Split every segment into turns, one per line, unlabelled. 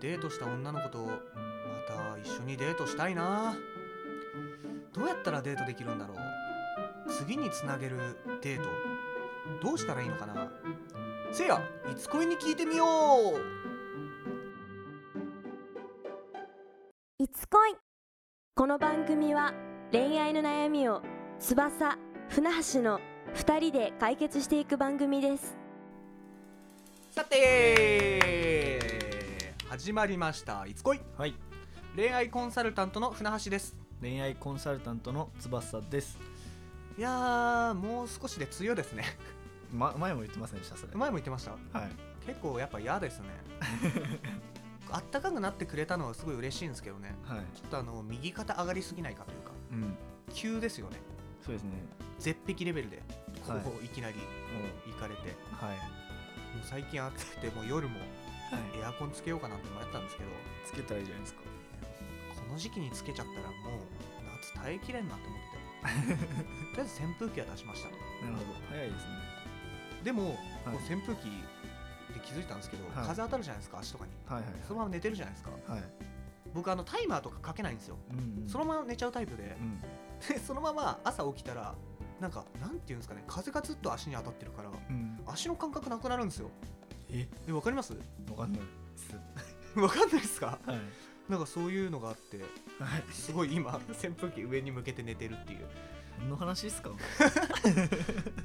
デートした女の子とまた一緒にデートしたいなどうやったらデートできるんだろう次につなげるデートどうしたらいいのかなせいやいつ恋に聞いてみよう
いつ恋この番組は恋愛の悩みを翼船橋の2人で解決していく番組です
さて始まりましたいつ恋
はい、
恋愛コンサルタントの船橋です
恋愛コンサルタントの翼です。
いやーもう少しで梅雨ですね
ま、前も言ってませんでした、それ。
前も言ってました
はい。
結構やっぱ嫌です ねあったかくなってくれたのはすごい嬉しいんですけどね
はい。
ちょっとあの右肩上がりすぎないかというか
うん。
急ですよね
そうですね。
絶壁レベルでこ
はいう
いきなり
も
行かれて、も
う、はい。
う最近暑くてもう夜も
はい。
エアコンつけようかなって迷ったんですけど
つけたらいいじゃないですか。
この時期につけちゃったらもう夏耐えきれんなと思っ てとりあえず扇風機は出しました
なるほど。早いですね。
でも、
はい
こう扇風機で気づいたんですけど、
はい
風当たるじゃないですか足とかに
はいはい。
そのまま寝てるじゃないですか
ま。はい。
僕あのタイマーとかかけないんですよ
うん、うん。
そのまま寝ちゃうタイプで
う、ん。
でそのまま朝起きたらなんかなんていうんですかね風がずっと足に当たってるから
うん。
足の感覚なくなるんですよ
え、
えわかります
わかんないです。
わかんないですか
はい。
なんかそういうのがあって
はい。
すごい今扇風機上に向けて寝てるっていう
何の話ですか。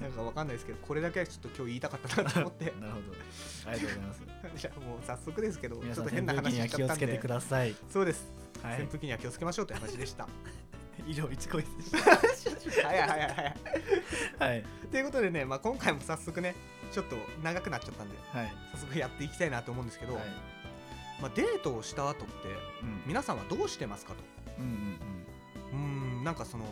なんかわかんないですけどこれだけはちょっと今日言いたかったなと思って
なるほど。ありがとうござい ます。
じゃあもう早速ですけどち
皆
ょ
さ
っ
ん、
と変な
扇
話
風機には
しち
気
ゃっ
を
た
つ
ん
けて
で
ください。
そうです、
はい
扇風機には気をつけましょうという話で した
以上、一恋でし
早い早い早い
た。はい。
ということでね、まあ、今回も早速ねちょっと長くなっちゃったんで
はい。
早速やっていきたいなと思うんですけど、
はい。
まあ、デートをした後って
うん。
皆さんはどうしてますかと
うんうん
うーんなんかその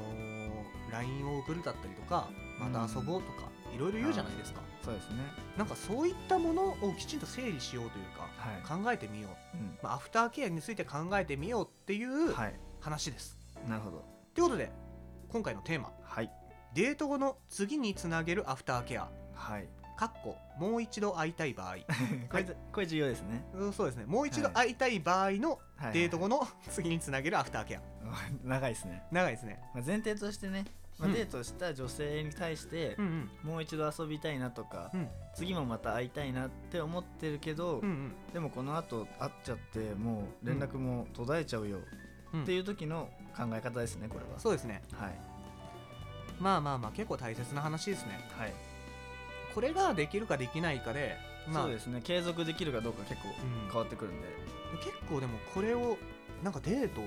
LINE を送るだったりとかまた遊ぼうとかいろいろ言うじゃないですか
うん。そうですね。
なんかそういったものをきちんと整理しようというか
はい。
考えてみよう、
うん。
まあ、アフターケアについて考えてみようっていう
はい。
話です。
なるほど。
ということで今回のテーマ
はい。
デート後の次につなげるアフターケア
はい。
かっこもう一度会いたい 場合
これ、これ重要ですね。
うんそうですねもう一度会いたい場合の
はい
デート後の次につなげるアフターケア
長いですね、
長いですね
まあ、前提としてね、まあ、
うん
デートした女性に対して、
うんうん
もう一度遊びたいなとか、
うん
次もまた会いたいなって思ってるけど、
うんうん
でもこの後会っちゃってもう連絡も途絶えちゃうよ
うん
っていう時の考え方ですねこれは、
そうですね
はい
まあまあまあ結構大切な話ですね
はい、
これができるかできないかでまあ
そうですね継続できるかどうか結構
うん
変わってくるんで、
結構でもこれをなんかデート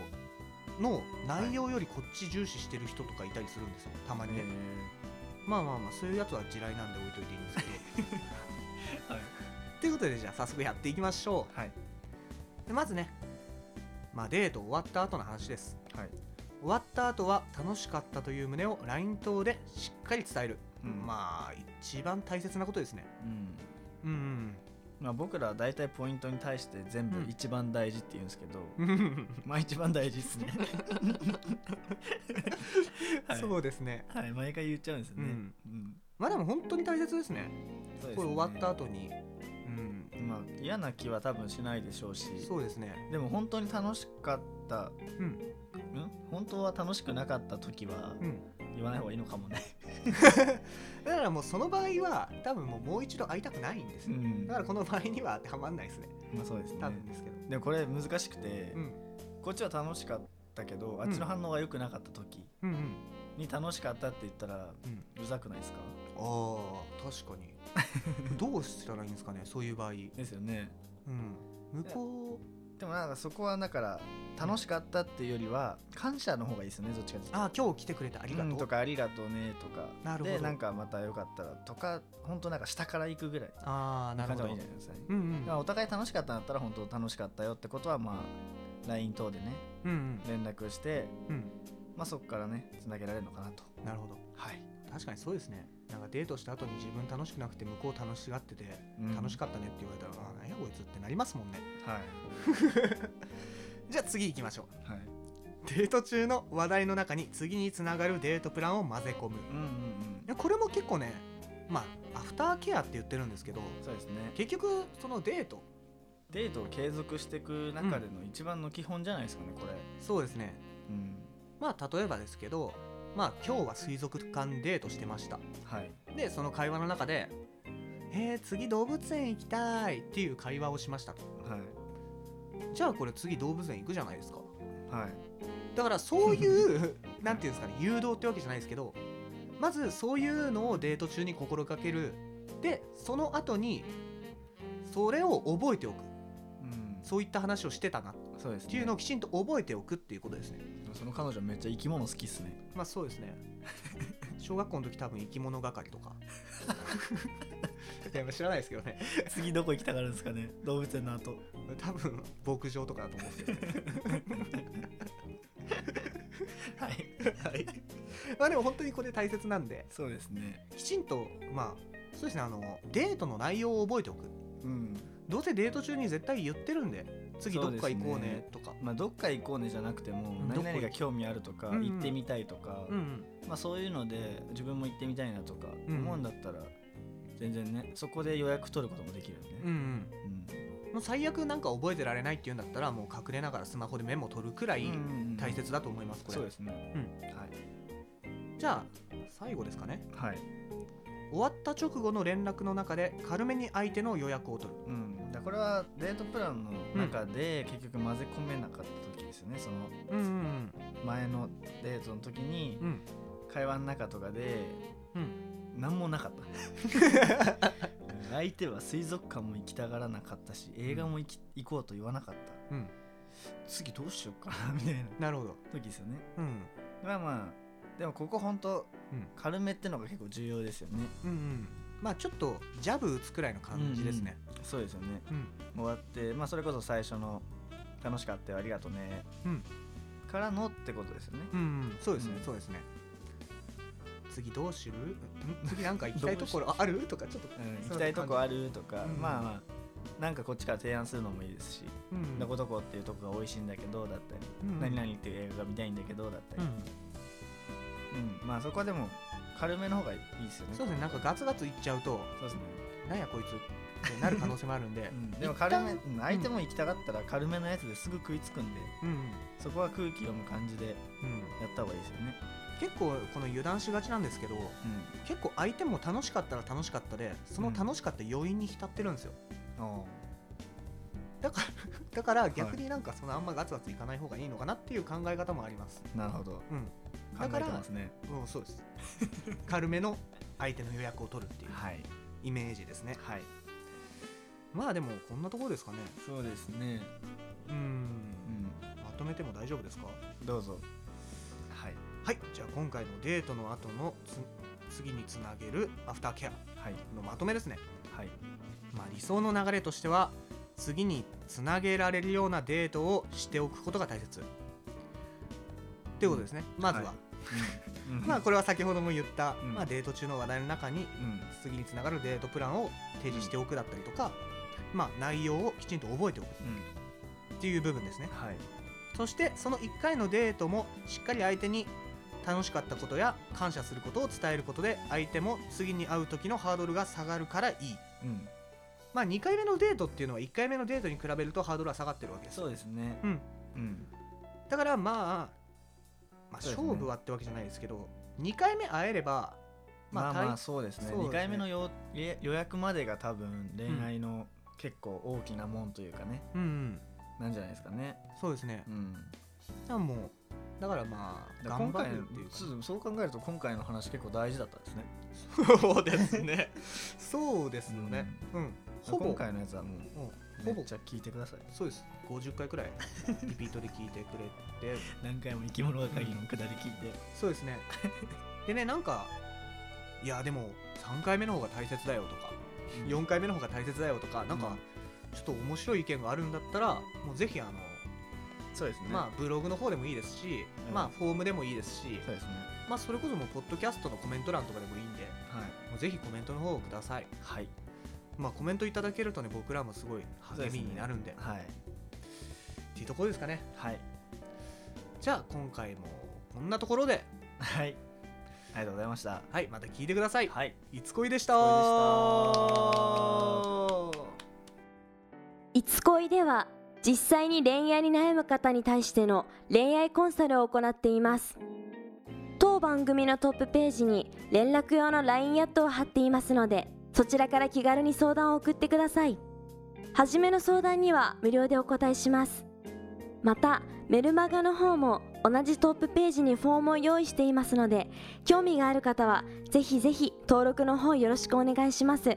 の内容よりこっち重視してる人とかいたりするんですよたまにね、まあまあまあそういうやつは地雷なんで置いといていいんですけど
はい、
ということでじゃあ早速やっていきましょ
はい、
うでまずねまあデート終わった後の話です
はい
終わった後は楽しかったという旨を LINE 等でしっかり伝える、
うん
まあ一番大切なことですね
うん
うん
まあ、僕らは大体ポイントに対して全部
うん
一番大事って言うんですけど、
うん
まあ一番大事ですね。は い、
そうですね
はい、毎回言っちゃうんですよね。
うん
うん
まあでも本当に大切ですね
そうですね
これ終わった後にうん
まあ嫌な気は多分しないでしょうし、
そうですね
でも本当に楽しかった、
うん
ん本当は楽しくなかった時は
うん
言わない方がいいのかもね。
だからもうその場合は多分もうもう一度会いたくないんです
う
よ、
ん、
だからこの場合には当てはまんないですね
まあそうですね
多。分ですけど、
でもこれ難しくて、
うん
こっちは楽しかったけど、あっちの反応が良くなかった時
うんうん
に楽しかったって言ったら
うん
うざくないですか？
ああ確か にどうしたらいいんですかねそういう場合、うん、
ですよね。
向こう
でもなんかそこはだから楽しかったっていうよりは感謝の方がいいですよねどっちかっていうと。
ああ今日来てくれてありがとう、
うんとかありがとうねとか
なるほど
でなんかまたよかったらとか本当なんか下から行くぐらい
ああなる
感
ほど
じがいいんじゃないですかね。
うん
まあお互い楽しかったんだったら本当楽しかったよってことはまあ LINE 等でね
うんうん
連絡して
うん
まあそこからねつなげられるのかなと。
うんなるほど
はい。
確かにそうですねなんかデートした後に自分楽しくなくて向こう楽しがってて、
うん
楽しかったねって言われたらあー何やこいつってなりますもんね
はい。
じゃあ次行きましょう
はい。
デート中の話題の中に次につながるデートプランを混ぜ込む
うんうんうん
い。やこれも結構ねまあアフターケアって言ってるんですけど
そうですね。
結局そのデート
デートを継続していく中での一番の基本じゃないですかねこれ、
そうですね
うん、
まあ例えばですけどまあ今日は水族館デートしてました
はい
でその会話の中で「えー、次動物園行きたい」っていう会話をしましたと
はい
じゃあこれ次動物園行くじゃないですか
はい
だからそういう なんていうんですかね誘導ってわけじゃないですけどまずそういうのをデート中に心がけるでその後にそれを覚えておく
うん
そういった話をしてたなっ
そうですね
ていうのをきちんと覚えておくっていうことですね
その彼女めっちゃ生き物好きっすね
まあそうですね 小学校の時多分生き物係とか いやまあ知らないですけどね
次どこ行きたがるんですかね動物園の後
多分牧場とかだと思うんですけど、ね、
はいはい
まあでも本当にこれ大切なんで
そうですね
きちんとまあそうですねあのデートの内容を覚えておく
うん
どうせデート中に絶対言ってるんで次どっか行こうねとかう,、
まあどっか行こうねじゃなくても
うん
何々が興味あるとか
どこ行く
行ってみたいとか、
ん
まあそういうので自分も行ってみたいなとか
うん
思うんだったら全然ねそこで予約取ることもできるよね
うんうんうんもう最悪なんか覚えてられないっていうんだったらもう隠れながらスマホでメモ取るくら
う
い
んうんうん
大切だと思いますこれ
そうですね
うん
はい
じゃあ最後ですかね
はい
終わった直後の連絡の中で軽めに相手の予約を取る
うん、だからこれはデートプランの中で結局混ぜ込めなかった時ですよね、その
うんうん
前のデートの時に
うん
会話の中とかで
うん
何もなかった 相手は水族館も行きたがらなかったし映画も行き行こうと言わなかった
うんうん
次どうしようかな みたいな
なるほど
時ですよね
うん
まあまあでもここ本当
うん
軽めってのが結構重要ですよね
うんうんまあちょっとジャブ打つくらいの感じですね
そうですよね
うん
終わって、まあ、それこそ最初の「楽しかったよありがとうね」
うん
からのってことですよね
うん、うん、そうですね、
うん
そうですね次どうするん次なんか行きたいところああるとかちょっと
うん行きたいとこあるとか、
うん
まあまあなんかこっちから提案するのもいいですし、
うん
どこどこっていうとこが美味しいんだけどだったり、
うん
何々っていう映画が見たいんだけどだった
う
り、
ん
うんまあそこはでも軽めの方がいいですよね
そうですねなんかガツガツいっちゃうと
そうですね、
なんやこいつってなる可能性もあるんで
うん、でも軽め、うん相手も行きたかったら軽めのやつですぐ食いつくんで
うん
そこは空気読む感じでや
うん、うん
った方がいいですよね、
結構この油断しがちなんですけど結構相手も楽しかったら楽しかったでその楽しかった余韻に浸ってるんですよ
うん、お
だから だから逆になんかそのあんまガツガツいかない方がいいのかなっていう考え方もあります
なるほど
うん
考え
だ
て
から
ますね
うんそう です軽めの相手の予約を取るっていう
はい
イメージですね
はい
まあでもこんなところですかね
そうですね
うー
うんん
まとめても大丈夫ですか
どうぞはい
はいじゃあ今回のデートの後のつ次につなげるアフターケア
はい
のまとめですね、
はい
まあ、理想の流れとしては次につなげられるようなデートをしておくことが大切っていうことですね、まずは、
はうん
まあこれは先ほども言った、
うん
まあ、デート中の話題の中に
うん
次につながるデートプランを提示しておくだったりとか、まあ、内容をきちんと覚えておく
うん
っていう部分ですね
はい
そしてその1回のデートもしっかり相手に楽しかったことや感謝することを伝えることで相手も次に会う時のハードルが下がるからいい
うん
まあ2回目のデートっていうのは1回目のデートに比べるとハードルは下がってるわけです
そうですね
うん
うん
だからまあ、まあ、
そうです
勝
ね
負はってわけじゃないですけど2回目会えれば
まあまあ
大
そうですね
そうですね
2回目のよえ予約までが多分恋愛の結構大きなもんというかね
うんうん
なんじゃないですかね
そうですね
うん
じゃあもうだからまあ
だから
頑
今
張
回
るっていうか
そうそう考えると今回の話結構大事だったですね
そうですねそうですよねうん、ほぼ
今回のやつはも
うん
う
ほ
め
ぼ
っちゃ聞いてください
そうです50回く らいリピートで聞いてくれて
何回も生き物係のくだり聞いて
そうですね でねなんかいやでも3回目の方が大切だよとか4回目の方が大切だよとかなんかちょっと面白い意見があるんだったらもうぜひあの、
そうですね
まあブログの方でもいいですし、
うん
まあフォームでもいいですし、
そうですね
まあそれこそもうポッドキャストのコメント欄とかでもいいんで
はい
もうぜひコメントの方をください
はい
まあコメントいただけるとね僕らもすごい
そう
励
です
み
ね
になるんで
はい
っていうところですかね
はい
じゃあ今回もこんなところで
はいありがとうございました
はいまた聞いてください、
はい
い、つこいでした
いつこいでした
いつ恋会では実際に恋愛に悩む方に対しての恋愛コンサルを行っています当番組のトップページに連絡用の LINE アットを貼っていますのでそちらから気軽に相談を送ってください初めの相談には無料でお答えしますまたメルマガの方も同じトップページにフォームを用意していますので興味がある方はぜひぜひ登録の方よろしくお願いします